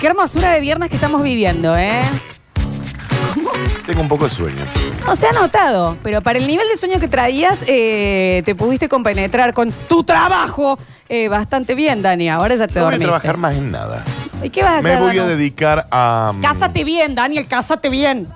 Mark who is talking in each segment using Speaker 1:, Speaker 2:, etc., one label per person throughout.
Speaker 1: Qué hermosura de viernes que estamos viviendo, ¿eh?
Speaker 2: Tengo un poco de sueño.
Speaker 1: No se ha notado, pero para el nivel de sueño que traías, eh, te pudiste compenetrar con tu trabajo eh, bastante bien, Dani. Ahora ya te
Speaker 2: No voy a
Speaker 1: dormiste.
Speaker 2: trabajar más en nada.
Speaker 1: ¿Y qué vas a hacer?
Speaker 2: Me voy a
Speaker 1: Danu?
Speaker 2: dedicar a. mm,
Speaker 1: Cásate bien, Daniel, cásate bien.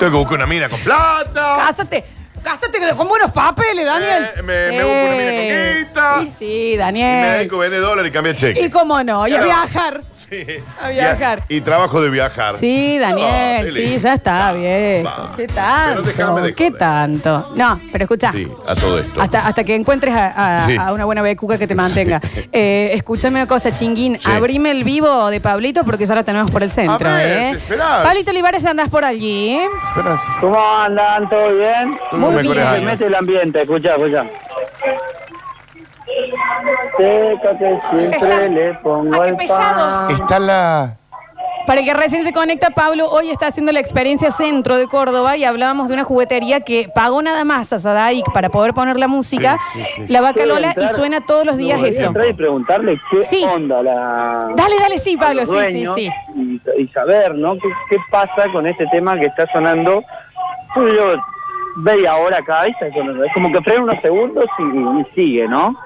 Speaker 2: Tengo que buscar una mina con plata.
Speaker 1: Cásate. Cásate que- con buenos papeles, Daniel.
Speaker 2: Eh, me- me busco una mina con guita.
Speaker 1: Sí, sí,
Speaker 2: Y me
Speaker 1: Daniel.
Speaker 2: dedico a vender dólares y cambiar cheque.
Speaker 1: Y cómo no, y a
Speaker 2: Claro.
Speaker 1: viajar.
Speaker 2: Sí.
Speaker 1: a viajar.
Speaker 2: Y, a- y trabajo de viajar.
Speaker 1: Sí,
Speaker 2: Oh,
Speaker 1: Daniel,
Speaker 2: qué
Speaker 1: sí,
Speaker 2: lindo.
Speaker 1: ya está,
Speaker 2: Ah,
Speaker 1: bien.
Speaker 2: va.
Speaker 1: ¿Qué
Speaker 2: Pero déjame
Speaker 1: tanto?
Speaker 2: de
Speaker 1: ¿Qué
Speaker 2: joder.
Speaker 1: tanto? No, pero escucha.
Speaker 2: Sí, a todo esto.
Speaker 1: Hasta, hasta que encuentres a, a-
Speaker 2: Sí.
Speaker 1: a una buena becuca que te mantenga. Eh, escúchame una cosa, chinguín.
Speaker 2: Sí.
Speaker 1: Abrime el vivo de Pablito porque ya lo tenemos por el centro.
Speaker 2: A ver,
Speaker 1: ¿eh?
Speaker 2: sí, esperá.
Speaker 1: Pablito Olivares, andas por allí.
Speaker 2: Esperas.
Speaker 3: ¿Cómo andan? ¿Todo bien?
Speaker 2: Son
Speaker 1: Muy
Speaker 2: los mejores
Speaker 1: bien.
Speaker 3: Se
Speaker 2: años.
Speaker 3: mete el ambiente, escucha, escucha. Sécate, siempre le pongo
Speaker 1: Ah, qué
Speaker 3: el
Speaker 1: pesados.
Speaker 3: pan.
Speaker 2: Está la.
Speaker 1: Para el que recién se conecta, Pablo hoy está haciendo la experiencia centro de Córdoba y hablábamos de una juguetería que pagó nada más a Sadaik para poder poner la música,
Speaker 2: Sí, sí, sí.
Speaker 1: la vaca
Speaker 3: Puedo
Speaker 1: Lola, y
Speaker 3: entrar.
Speaker 1: suena todos los días
Speaker 3: Voy a
Speaker 1: eso.
Speaker 3: entrar y preguntarle qué
Speaker 1: Sí.
Speaker 3: onda la...
Speaker 1: Dale, dale, sí, Pablo,
Speaker 3: los
Speaker 1: sí, sí,
Speaker 3: dueños
Speaker 1: sí.
Speaker 3: Y, y saber, ¿no? ¿Qué, qué pasa con este tema que está sonando? Pues yo veía ahora acá, y está sonando. es como que frena unos segundos y, y sigue, ¿no?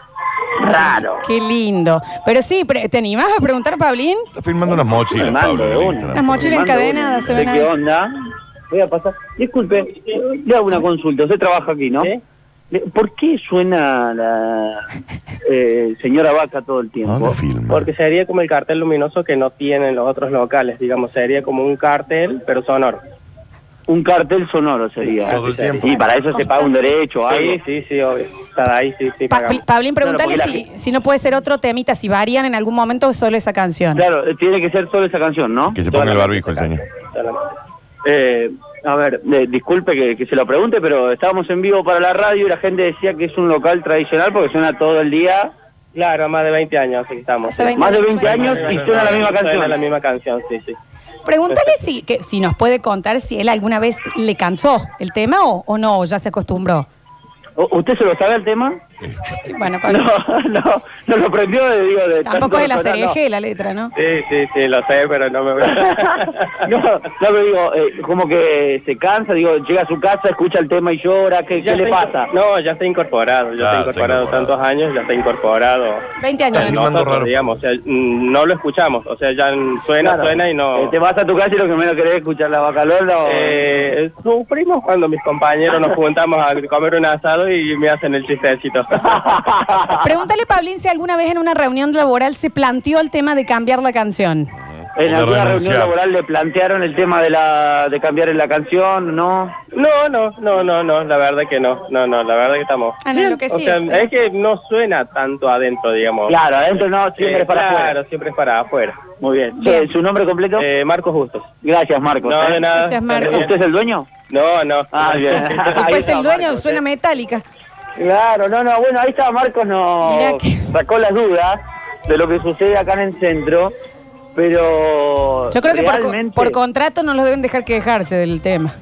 Speaker 3: Raro.
Speaker 1: Qué lindo. Pero sí, pre- ¿te animás a preguntar, Pablín?
Speaker 2: Está filmando unas mochilas,
Speaker 3: Me mando
Speaker 2: Pablo. en
Speaker 3: de
Speaker 2: el
Speaker 3: una.
Speaker 2: Instagram.
Speaker 1: Las mochilas. Chile
Speaker 3: Mando
Speaker 1: encadenada,
Speaker 3: un-
Speaker 1: se
Speaker 3: ¿de
Speaker 1: ven ahí.
Speaker 3: ¿Qué onda? Voy a pasar. Disculpe, le hago una consulta. Usted trabaja aquí, ¿no? Le- ¿Por qué suena la eh, señora vaca todo el tiempo?
Speaker 2: ¿Dónde filma?
Speaker 4: Porque sería como el cartel luminoso que no tienen los otros locales, digamos, sería como un cartel, pero sonoro.
Speaker 3: Un cartel sonoro sería.
Speaker 2: Todo el tiempo.
Speaker 3: Y para eso se paga un derecho o algo.
Speaker 4: Sí, sí, sí, obvio. Está ahí, sí, sí,
Speaker 1: Pa-
Speaker 4: pagamos.
Speaker 1: Pablín,
Speaker 3: Claro,
Speaker 1: preguntale
Speaker 3: porque la
Speaker 1: si, si no puede ser otro temita, si varían en algún momento solo esa canción.
Speaker 3: Claro, eh, tiene que ser solo esa canción, ¿no?
Speaker 2: Que se ponga el barbijo el señor.
Speaker 4: Solamente.
Speaker 3: Eh, a ver, eh, disculpe que, que se lo pregunte, pero estábamos en vivo para la radio y la gente decía que es un local tradicional porque suena todo el día.
Speaker 4: Claro, más de 20 años aquí estamos.
Speaker 1: Hace
Speaker 4: sí.
Speaker 1: 20
Speaker 3: Más de 20 años y suena la misma
Speaker 4: Suena
Speaker 3: canción.
Speaker 4: la misma canción, sí, sí.
Speaker 1: Pregúntale si, que, si nos puede contar si él alguna vez le cansó el tema o, o no, o ya se acostumbró. Eh,
Speaker 3: ¿U- ¿Usted se lo sabe el tema?
Speaker 1: Bueno, Pablo,
Speaker 3: No, no, no lo prendió de, digo, de
Speaker 1: tampoco es
Speaker 3: de
Speaker 1: la cereje la letra, ¿no?
Speaker 4: Sí, sí, sí, lo sé, pero no me voy a...
Speaker 3: No, no, pero digo, eh, como que se cansa, digo, llega a su casa, escucha el tema y llora, ¿qué,
Speaker 4: Ya
Speaker 3: qué le
Speaker 4: está
Speaker 3: pasa?
Speaker 4: inco- No, ya está incorporado,
Speaker 2: Claro,
Speaker 4: ya está
Speaker 2: está
Speaker 4: incorporado
Speaker 2: incorporado.
Speaker 4: tantos años, ya está incorporado.
Speaker 1: 20
Speaker 2: Está
Speaker 1: años.
Speaker 4: En
Speaker 2: filmando
Speaker 4: nosotros,
Speaker 2: raro.
Speaker 4: digamos, o sea, mm, no lo escuchamos, o sea, ya mm, suena,
Speaker 3: Claro.
Speaker 4: suena y no...
Speaker 3: Eh, te vas a tu casa y lo que menos querés es escuchar la bacalola o...
Speaker 4: Eh, sufrimos cuando mis compañeros nos juntamos a comer un asado y me hacen el chistecito.
Speaker 1: Pregúntale, Pablín, si alguna vez en una reunión laboral se planteó el tema de cambiar la canción.
Speaker 3: en
Speaker 2: De
Speaker 3: alguna reunión
Speaker 2: renunciar.
Speaker 3: laboral le plantearon el tema de la de cambiar en la canción, ¿no?
Speaker 4: No, no, no, no, no, la verdad que no, no, no, la verdad que estamos.
Speaker 1: Ah, no,
Speaker 4: bien.
Speaker 1: lo que
Speaker 4: o
Speaker 1: sí,
Speaker 4: sea,
Speaker 1: pero-
Speaker 4: es que no suena tanto adentro, digamos.
Speaker 3: Claro, adentro no, siempre
Speaker 4: Eh,
Speaker 3: es para
Speaker 4: claro,
Speaker 3: afuera.
Speaker 4: siempre es para afuera.
Speaker 3: Muy bien.
Speaker 1: Bien.
Speaker 3: ¿Su, su nombre completo?
Speaker 4: Eh, Marcos Justos.
Speaker 3: Gracias, Marcos.
Speaker 4: No,
Speaker 3: ¿eh?
Speaker 4: de nada.
Speaker 1: Gracias, Marcos.
Speaker 3: ¿Usted es el dueño?
Speaker 4: No, no.
Speaker 3: Ah, bien.
Speaker 1: Si
Speaker 3: Ahí
Speaker 1: fuese
Speaker 3: está
Speaker 1: el dueño,
Speaker 3: Marcos,
Speaker 1: suena
Speaker 3: ¿eh?
Speaker 1: metálica.
Speaker 3: Claro, no, no, bueno, ahí está Marcos
Speaker 1: Mirá
Speaker 3: nos
Speaker 1: que-
Speaker 3: sacó las dudas de lo que sucede acá en el centro, pero
Speaker 1: Yo creo que por, co-
Speaker 3: realmente-
Speaker 1: por contrato no los deben dejar quejarse del tema.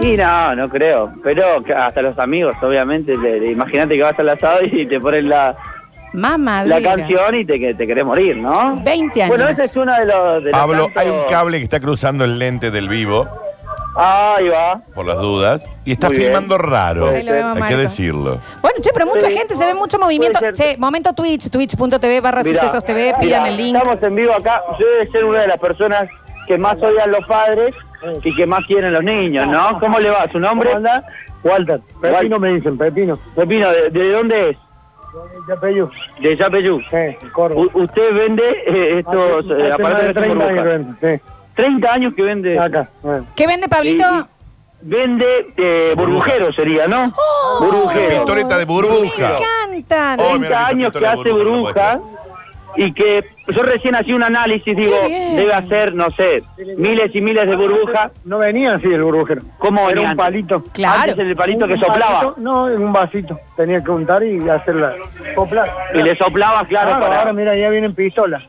Speaker 3: Y no, no creo, pero que hasta los amigos, obviamente, le- le- imagínate que vas al asado y te ponen la,
Speaker 1: Mamá,
Speaker 3: la canción y te, que- te querés morir, ¿no?
Speaker 1: 20 años.
Speaker 3: Bueno, ese es uno de los... de los
Speaker 2: Pablo,
Speaker 3: tantos-
Speaker 2: hay un cable que está cruzando el lente del vivo,
Speaker 3: Ahí va.
Speaker 2: por las dudas, y está
Speaker 3: Muy bien.
Speaker 2: filmando raro.
Speaker 1: Ahí lo vemos,
Speaker 2: Hay que
Speaker 1: Marco.
Speaker 2: decirlo.
Speaker 1: Bueno, che, pero mucha
Speaker 3: Sí.
Speaker 1: gente, se ve mucho movimiento.
Speaker 3: Puede ser.
Speaker 1: Che, momento Twitch, twitch.tv barra
Speaker 3: Mirá,
Speaker 1: sucesos TV, pidan
Speaker 3: mirá,
Speaker 1: el link.
Speaker 3: Estamos en vivo acá. Yo debe ser una de las personas que más odian los padres y que más quieren los niños, ¿no? ¿Cómo le va? ¿Su nombre? Walter. Pepino me dicen, Pepino. Pepino, ¿de, de dónde es? De Yapeyú. U- ¿Usted vende eh,
Speaker 5: Ah,
Speaker 3: estos eh, aparatos de 30 años, 30 años que vende.
Speaker 1: ¿Qué vende, Pablito?
Speaker 3: Vende eh, burbujero sería, ¿no?
Speaker 1: Oh,
Speaker 3: burbujero.
Speaker 2: Pintoreta de burbuja.
Speaker 1: Me encantan.
Speaker 2: Oh,
Speaker 3: 30 años que hace burbuja y que yo recién hacía un análisis, digo,
Speaker 1: bien.
Speaker 3: debe hacer, no sé, miles y miles de burbujas.
Speaker 5: No venía así el burbujero.
Speaker 3: ¿Cómo
Speaker 5: Era
Speaker 3: venía
Speaker 5: un
Speaker 3: antes?
Speaker 5: palito.
Speaker 1: Claro.
Speaker 3: Antes el palito que
Speaker 5: Un
Speaker 3: soplaba.
Speaker 5: palito, no, en un vasito. Tenía que untar y hacerla. Soplar.
Speaker 3: Y le soplaba, claro,
Speaker 5: Claro,
Speaker 3: para...
Speaker 5: ahora mira, ya vienen pistolas.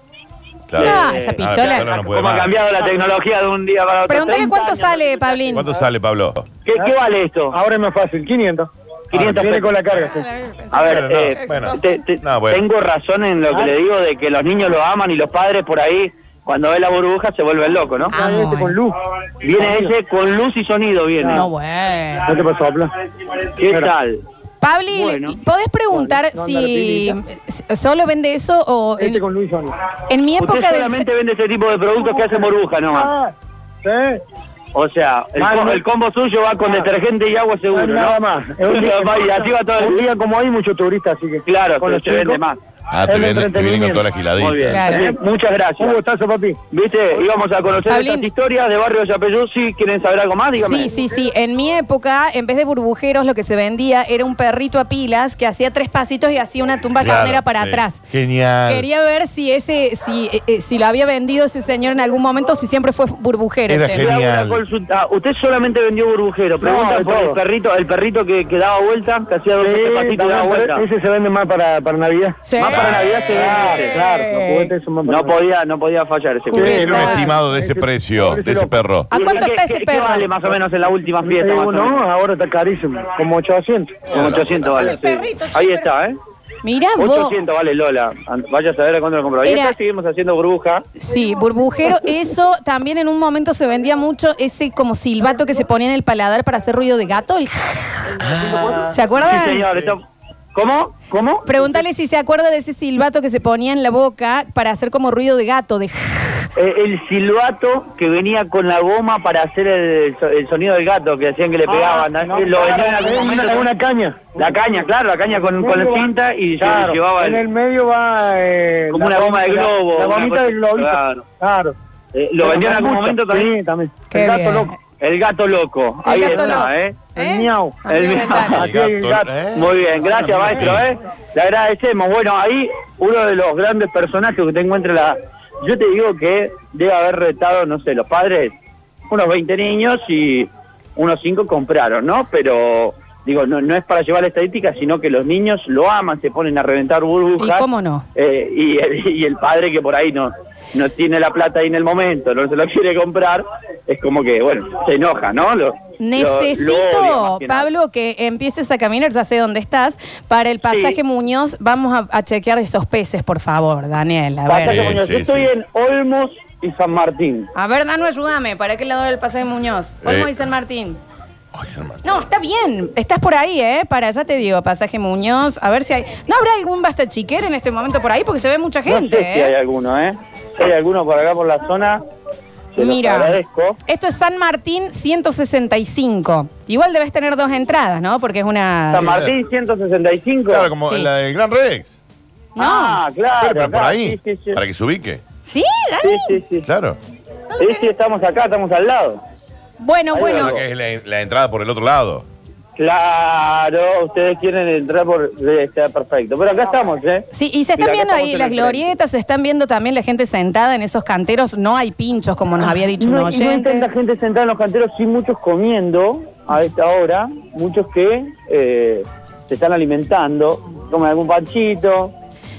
Speaker 1: Ah, esa pistola.
Speaker 2: no puede
Speaker 3: ¿Cómo ha
Speaker 2: más.
Speaker 3: cambiado la tecnología de un día para otro?
Speaker 1: Pregúntale
Speaker 3: 30
Speaker 1: cuánto
Speaker 3: años.
Speaker 1: sale, Pablín.
Speaker 2: ¿Cuánto sale, Pablo?
Speaker 3: ¿Qué, qué vale esto?
Speaker 5: Ahora es más fácil, 500.
Speaker 3: 500
Speaker 5: Viene
Speaker 3: pesos.
Speaker 5: con la carga. sí.
Speaker 3: A ver,
Speaker 2: Bueno,
Speaker 3: eh,
Speaker 2: no, bueno.
Speaker 3: te- te-
Speaker 2: No, bueno.
Speaker 3: tengo razón en lo que
Speaker 5: Ah.
Speaker 3: le digo de que los niños lo aman y los padres por ahí, cuando ve la burbuja, se vuelven locos, ¿no?
Speaker 1: Ah,
Speaker 5: Viene este con luz.
Speaker 3: Viene ese con luz y sonido, viene.
Speaker 1: No, bueno.
Speaker 5: No te pasó, habla.
Speaker 3: ¿Qué
Speaker 5: Mira.
Speaker 3: tal?
Speaker 1: Pabli,
Speaker 3: Bueno.
Speaker 1: ¿podés preguntar
Speaker 5: Bueno, no
Speaker 1: si
Speaker 5: andar
Speaker 1: si solo vende eso o
Speaker 5: Este
Speaker 1: en,
Speaker 5: con luz y sonido.
Speaker 3: Ah.
Speaker 1: en mi
Speaker 3: Usted
Speaker 1: época del...
Speaker 3: solamente vende ese tipo de productos que hacen burbuja nomás.
Speaker 5: Ah, sí.
Speaker 3: O sea, el,
Speaker 5: Mal,
Speaker 3: co-
Speaker 5: no.
Speaker 3: el combo suyo va con detergente y agua seguro, ¿no?
Speaker 5: Ah. Nada más. Es un día,
Speaker 3: Va, y así va todo el
Speaker 5: un
Speaker 3: día.
Speaker 5: día como hay muchos turistas, así que.
Speaker 3: Claro,
Speaker 5: con
Speaker 3: pero
Speaker 5: los
Speaker 3: se vende
Speaker 5: chicos,
Speaker 3: más.
Speaker 2: Ah, te
Speaker 5: el
Speaker 2: vienen, te vienen con toda la
Speaker 5: entretenimiento.
Speaker 2: giladita.
Speaker 3: Muy bien.
Speaker 1: Claro.
Speaker 3: Así, Muchas
Speaker 5: Un
Speaker 3: gracias.
Speaker 5: gustazo, papi.
Speaker 3: ¿Viste? Íbamos a conocer
Speaker 1: Pablín.
Speaker 3: estas historias de Barrio Yapeyú. Si quieren saber algo más, dígame.
Speaker 1: Sí, sí, sí. En mi época, en vez de burbujeros, lo que se vendía era un perrito a pilas que hacía tres pasitos y hacía una tumba
Speaker 2: Claro,
Speaker 1: carnera para
Speaker 2: sí.
Speaker 1: atrás.
Speaker 2: Genial.
Speaker 1: Quería ver si ese, si, eh, eh, si lo había vendido ese señor en algún momento, si siempre fue burbujero.
Speaker 2: Era
Speaker 1: el tema.
Speaker 3: Le hago una
Speaker 2: Genial.
Speaker 3: consulta. Ah, Usted solamente vendió burbujero. Pregunta
Speaker 5: No, de
Speaker 3: por
Speaker 5: todo.
Speaker 3: el perrito, el perrito que, que daba vuelta, que hacía dos
Speaker 5: Sí,
Speaker 3: tres patitos y daba
Speaker 5: también,
Speaker 3: vuelta.
Speaker 5: pero ese se vende más para, para Navidad.
Speaker 1: Sí.
Speaker 3: Más para Navidad se vende ese.
Speaker 5: Claro, los juguetes son más para
Speaker 3: No podía, no podía fallar ese.
Speaker 1: Juguete.
Speaker 2: Era un
Speaker 1: Claro.
Speaker 2: estimado de ese precio, de ese perro.
Speaker 1: ¿A cuánto
Speaker 3: ¿Qué-
Speaker 1: está
Speaker 3: qué-
Speaker 1: ese
Speaker 3: ¿Qué
Speaker 1: perro?
Speaker 3: vale más o menos en la última fiesta?
Speaker 5: Eh,
Speaker 3: más o
Speaker 5: no,
Speaker 3: menos?
Speaker 5: ahora está carísimo, como 800.
Speaker 3: Como 800
Speaker 1: Sale el
Speaker 3: vale.
Speaker 1: perrito,
Speaker 3: Ahí
Speaker 1: che,
Speaker 3: está, ¿eh?
Speaker 1: Mirá vos.
Speaker 3: 800 vale Lola. An- Vaya a saber a cuándo lo compró. Y
Speaker 1: Era-
Speaker 3: acá seguimos haciendo burbuja.
Speaker 1: Sí, burbujero. Eso también en un momento se vendía mucho, ese como silbato que se ponía en el paladar para hacer ruido de gato. el
Speaker 2: Ah.
Speaker 1: ¿Se acuerdan?
Speaker 3: Sí, señor. está- ¿Cómo? ¿Cómo?
Speaker 1: Pregúntale si se acuerda de ese silbato que se ponía en la boca para hacer como ruido de gato. De...
Speaker 3: Eh, el silbato que venía con la goma para hacer el, so- el sonido del gato que decían que le pegaban. ¿no? Que lo vendían en algún momento con
Speaker 5: una caña.
Speaker 3: La caña, claro, la caña con, con la cinta y se
Speaker 5: Claro,
Speaker 3: llevaba el-
Speaker 5: en el medio va... eh,
Speaker 3: Como
Speaker 5: la
Speaker 3: una goma de
Speaker 5: la-
Speaker 3: globo,
Speaker 5: La,
Speaker 3: una
Speaker 5: gomita
Speaker 3: cosa-
Speaker 5: del globito.
Speaker 3: Claro.
Speaker 5: Claro.
Speaker 3: eh, lo vendió en algún
Speaker 5: Mucho.
Speaker 3: momento también.
Speaker 5: Sí, también.
Speaker 1: Qué
Speaker 5: el gato
Speaker 1: bien.
Speaker 5: loco.
Speaker 3: El gato loco.
Speaker 1: El
Speaker 3: Ahí
Speaker 1: gato
Speaker 3: está,
Speaker 1: loco.
Speaker 3: ¿eh?
Speaker 1: ¿Eh?
Speaker 5: El miau.
Speaker 1: Amigo
Speaker 3: El
Speaker 1: del
Speaker 3: miau.
Speaker 1: gato.
Speaker 5: Aquí hay el gato.
Speaker 2: ¿eh?
Speaker 3: Muy bien, gracias
Speaker 2: Ah,
Speaker 3: maestro,
Speaker 2: sí.
Speaker 3: ¿eh? Le agradecemos. Bueno, ahí uno de los grandes personajes que te encuentra la... Yo te digo que debe haber retado, no sé, los padres, unos 20 niños y unos 5 compraron, ¿no? Pero, digo, no, no es para llevar la estadística, sino que los niños lo aman, se ponen a reventar burbujas.
Speaker 1: ¿Y cómo no?
Speaker 3: Eh, y, el, y el padre que por ahí no, no tiene la plata ahí en el momento, no se lo quiere comprar, es como que, bueno, se enoja, ¿no? Lo- lo-
Speaker 1: Necesito,
Speaker 3: lo odia más que nada.
Speaker 1: Pablo, que empieces a caminar, ya sé dónde estás. Para el pasaje
Speaker 3: Sí.
Speaker 1: Muñoz, vamos a, a chequear esos peces, por favor, Daniel. A
Speaker 3: Pasaje
Speaker 1: ver,
Speaker 2: Sí,
Speaker 3: Muñoz.
Speaker 2: sí,
Speaker 3: Yo estoy
Speaker 2: sí, sí.
Speaker 3: en Olmos y San Martín.
Speaker 1: a ver Danu, ayúdame. ¿Para qué lado era el pasaje Muñoz? Olmo
Speaker 2: Eh.
Speaker 1: y San Martín.
Speaker 2: Ay, hermano.
Speaker 1: No, está bien. Estás por ahí, ¿eh? Para allá te digo, pasaje Muñoz. A ver si hay. ¿No habrá algún basta chiquero en este momento por ahí? Porque se ve mucha
Speaker 3: No
Speaker 1: gente,
Speaker 3: sé si
Speaker 1: ¿eh?
Speaker 3: hay alguno, ¿eh? Si hay alguno por acá por la zona, se los
Speaker 1: Mira,
Speaker 3: agradezco.
Speaker 1: esto es San Martín 165. Igual debes tener dos entradas, ¿no? Porque es una...
Speaker 3: San Martín 165.
Speaker 2: Claro, como
Speaker 1: Sí.
Speaker 2: la del Gran Rex.
Speaker 1: No.
Speaker 3: Ah, claro.
Speaker 2: Pero, pero por
Speaker 3: acá,
Speaker 2: ahí,
Speaker 3: Sí, sí, sí.
Speaker 2: para que se ubique.
Speaker 1: ¿Sí? Dani?
Speaker 3: Sí, sí, sí.
Speaker 2: Claro.
Speaker 3: Sí, sí, estamos acá, estamos al lado.
Speaker 1: Bueno,
Speaker 3: Ahí
Speaker 1: bueno.
Speaker 3: va.
Speaker 2: Que es la, la entrada por el otro lado.
Speaker 3: Claro, ustedes quieren entrar por... Está perfecto. Pero acá estamos, ¿eh?
Speaker 1: Sí, y se están
Speaker 3: Mira, acá
Speaker 1: viendo
Speaker 3: estamos
Speaker 1: ahí
Speaker 3: en
Speaker 1: las
Speaker 3: el
Speaker 1: glorietas, se están viendo también la gente sentada en esos canteros. No hay pinchos, como nos había dicho un
Speaker 3: Ah, No, y no hay
Speaker 1: oyente.
Speaker 3: tanta gente sentada en los canteros, sí muchos comiendo a esta hora, muchos que eh, se están alimentando, comen algún panchito.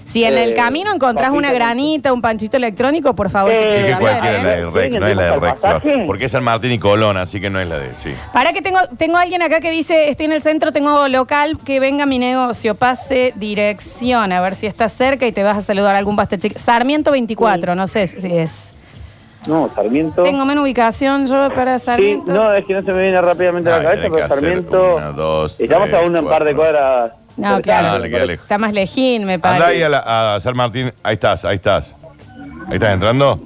Speaker 1: Si en el
Speaker 3: Eh,
Speaker 1: camino encontrás
Speaker 3: papita,
Speaker 1: una
Speaker 3: papita.
Speaker 1: granita, un panchito electrónico, por favor.
Speaker 3: Eh,
Speaker 1: que te
Speaker 2: Es
Speaker 1: lo
Speaker 2: que
Speaker 3: a ver,
Speaker 2: cualquiera
Speaker 1: regalen, ¿eh?
Speaker 2: es la del Rex,
Speaker 3: ¿Quieren
Speaker 2: no es la del
Speaker 3: que
Speaker 2: Rex.
Speaker 3: vamos al pasaje?
Speaker 2: Porque es San Martín y Colón, así que no es la de. Sí.
Speaker 1: Para que tengo, tengo alguien acá que dice, estoy en el centro, tengo local, que venga mi negocio, pase dirección, a ver si está cerca y te vas a saludar a algún pastechic. Sarmiento 24, no sé si es.
Speaker 3: No, Sarmiento.
Speaker 1: Tengo menos ubicación yo para
Speaker 3: Sí,
Speaker 1: Sarmiento.
Speaker 3: no, es que no se me viene rápidamente a
Speaker 2: Ah,
Speaker 3: la cabeza,
Speaker 2: tiene que
Speaker 3: pero
Speaker 2: hacer
Speaker 3: Sarmiento.
Speaker 2: una, dos,
Speaker 3: estamos
Speaker 2: tres,
Speaker 3: a un par de
Speaker 2: cuatro.
Speaker 3: cuadras.
Speaker 1: No,
Speaker 3: cercanas,
Speaker 1: claro.
Speaker 2: Ah, le queda lejos.
Speaker 1: Está más lejín, me
Speaker 2: Andá ahí
Speaker 1: parece.
Speaker 2: a, la- a San Martín. Ahí estás, ahí estás. Ahí estás entrando.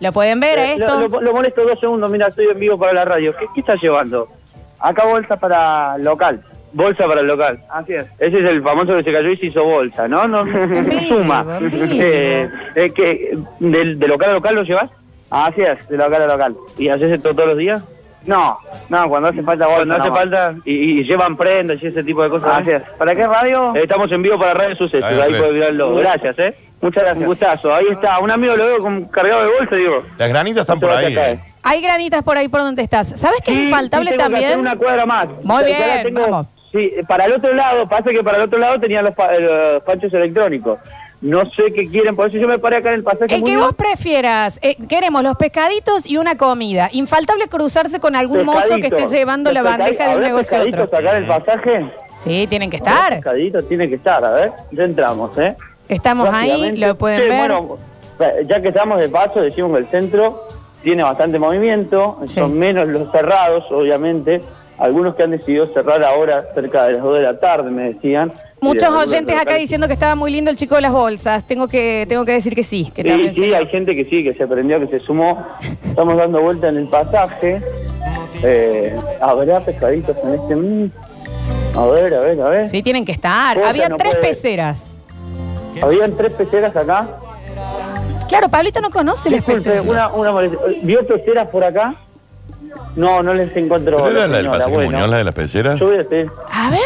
Speaker 1: Lo pueden ver a
Speaker 3: Eh,
Speaker 1: esto.
Speaker 3: Lo, lo- lo molesto dos segundos, mira, estoy en vivo para la radio. ¿Qué, qué estás llevando? Acá bolsa para local. Bolsa para el local. Así es. Ese es el famoso que se cayó y se hizo bolsa, ¿no? No,
Speaker 1: vivo,
Speaker 3: suma.
Speaker 1: en vivo.
Speaker 3: Eh, eh, que, ¿de, de local a local lo llevas? Así es, de local a local. ¿Y haces esto todos los días? No, no, cuando hace falta Cuando hace falta y, y llevan prendas y ese tipo de cosas. Gracias. ¿Para qué radio? Estamos en vivo para Radio Sucesos,
Speaker 2: Ahí
Speaker 3: ahí
Speaker 2: ves.
Speaker 3: puede mirarlo. Gracias, ¿eh? Muchas gracias. Un gustazo. Ahí está, un amigo lo veo con- cargado de bolsa, digo.
Speaker 2: Las granitas están por
Speaker 3: Te vas a
Speaker 2: ahí.
Speaker 3: caer.
Speaker 2: eh.
Speaker 1: Hay granitas por ahí por donde estás. ¿Sabes qué es
Speaker 3: Sí,
Speaker 1: infaltable
Speaker 3: sí, tengo que hacer
Speaker 1: también?
Speaker 3: una cuadra más.
Speaker 1: Muy
Speaker 3: Ahora
Speaker 1: bien, vamos.
Speaker 3: Sí, para el otro lado, pasa que para el otro lado tenían los, pa- eh, los panchos electrónicos. No sé qué quieren, por eso yo me paré acá en el pasaje.
Speaker 1: El que
Speaker 3: Muñoz.
Speaker 1: vos prefieras. Eh, queremos los pescaditos y una comida. Infaltable cruzarse con algún mozo que
Speaker 3: Pescadito.
Speaker 1: esté llevando la
Speaker 3: Pescadi-
Speaker 1: bandeja de un
Speaker 3: ¿Habrá
Speaker 1: negocio a
Speaker 3: pescadito
Speaker 1: otro.
Speaker 3: sacar el pasaje?
Speaker 1: Sí, tienen que estar.
Speaker 3: Pescadito tiene que estar, a ver. Ya entramos, ¿eh?
Speaker 1: Estamos ahí,
Speaker 3: Rápidamente.
Speaker 1: lo pueden
Speaker 3: Sí,
Speaker 1: ver.
Speaker 3: Bueno, ya que estamos de paso, decimos que el centro tiene bastante movimiento,
Speaker 1: Sí.
Speaker 3: son menos los cerrados, obviamente. Algunos que han decidido cerrar ahora cerca de las 2 de la tarde, me decían.
Speaker 1: Muchos
Speaker 3: Eh, algunos
Speaker 1: oyentes acá
Speaker 3: locales-
Speaker 1: diciendo que estaba muy lindo el chico de las bolsas. Tengo que, tengo que decir que sí, que
Speaker 3: Sí,
Speaker 1: también
Speaker 3: sí,
Speaker 1: se-
Speaker 3: hay gente que sí, que se prendió, que se sumó. Estamos dando vuelta en el pasaje. Eh, ¿Habrá pescaditos en este...? Mm. A ver, a ver, a ver.
Speaker 1: Sí, tienen que estar.
Speaker 3: Bolsa
Speaker 1: Había
Speaker 3: no
Speaker 1: tres
Speaker 3: puede.
Speaker 1: peceras.
Speaker 3: Habían tres peceras acá.
Speaker 1: Claro, Pablito no conoce las
Speaker 3: Disculpe,
Speaker 1: peceras.
Speaker 3: una, una molestia. ¿Vio peceras por acá? No, no les encuentro.
Speaker 2: ¿No era la del
Speaker 3: señora,
Speaker 2: pasaje
Speaker 3: bueno.
Speaker 2: Muñoz, la de las peceras?
Speaker 3: Yo voy a decir.
Speaker 1: A ver.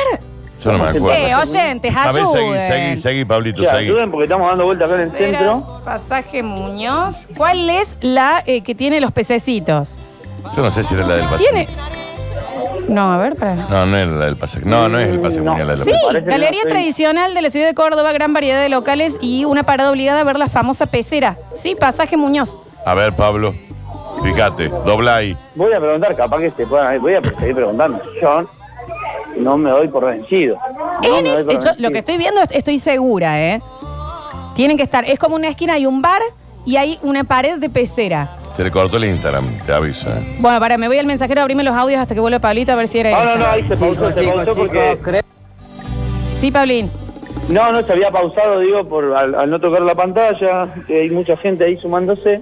Speaker 2: Yo no me
Speaker 1: Che,
Speaker 2: acuerdo.
Speaker 1: oyentes,
Speaker 2: A ver, seguí,
Speaker 1: ayuden.
Speaker 2: seguí, seguí, Pablito,
Speaker 3: que
Speaker 2: seguí.
Speaker 3: ayuden porque estamos dando vuelta acá en el centro.
Speaker 1: Peceras, Pasaje Muñoz. ¿Cuál es la eh, que tiene los pececitos?
Speaker 2: Yo no sé si era la del pasaje.
Speaker 1: ¿Tienes? No, a ver, para.
Speaker 2: No, no era la del pasaje. No, no es el pasaje
Speaker 3: Mm, No.
Speaker 2: Muñoz, la de la
Speaker 1: Sí,
Speaker 3: parece que
Speaker 1: galería
Speaker 3: no sé.
Speaker 1: tradicional de la ciudad de Córdoba, gran variedad de locales y una parada obligada a ver la famosa pecera. Sí, pasaje Muñoz.
Speaker 2: A ver, Pablo, fíjate, dobla ahí.
Speaker 3: Voy a preguntar, capaz que se puedan. Voy a seguir preguntando. Yo no me doy por vencido. No
Speaker 1: En
Speaker 3: me doy
Speaker 1: es-
Speaker 3: por
Speaker 1: yo lo
Speaker 3: vencido.
Speaker 1: que estoy viendo es- estoy segura, ¿eh? Tienen que estar. Es como una esquina, hay un bar y hay una pared de pecera.
Speaker 2: Se le cortó el Instagram, te eh. avisa.
Speaker 1: Bueno, para, me voy al mensajero, abrime los audios hasta que vuelva Pablito a ver si era
Speaker 3: No,
Speaker 1: esta.
Speaker 3: no, no, ahí se pausó, se pausó porque.
Speaker 1: Sí, Pablín.
Speaker 3: No, no, se había pausado, digo, por al, al no tocar la pantalla. que hay mucha gente ahí sumándose.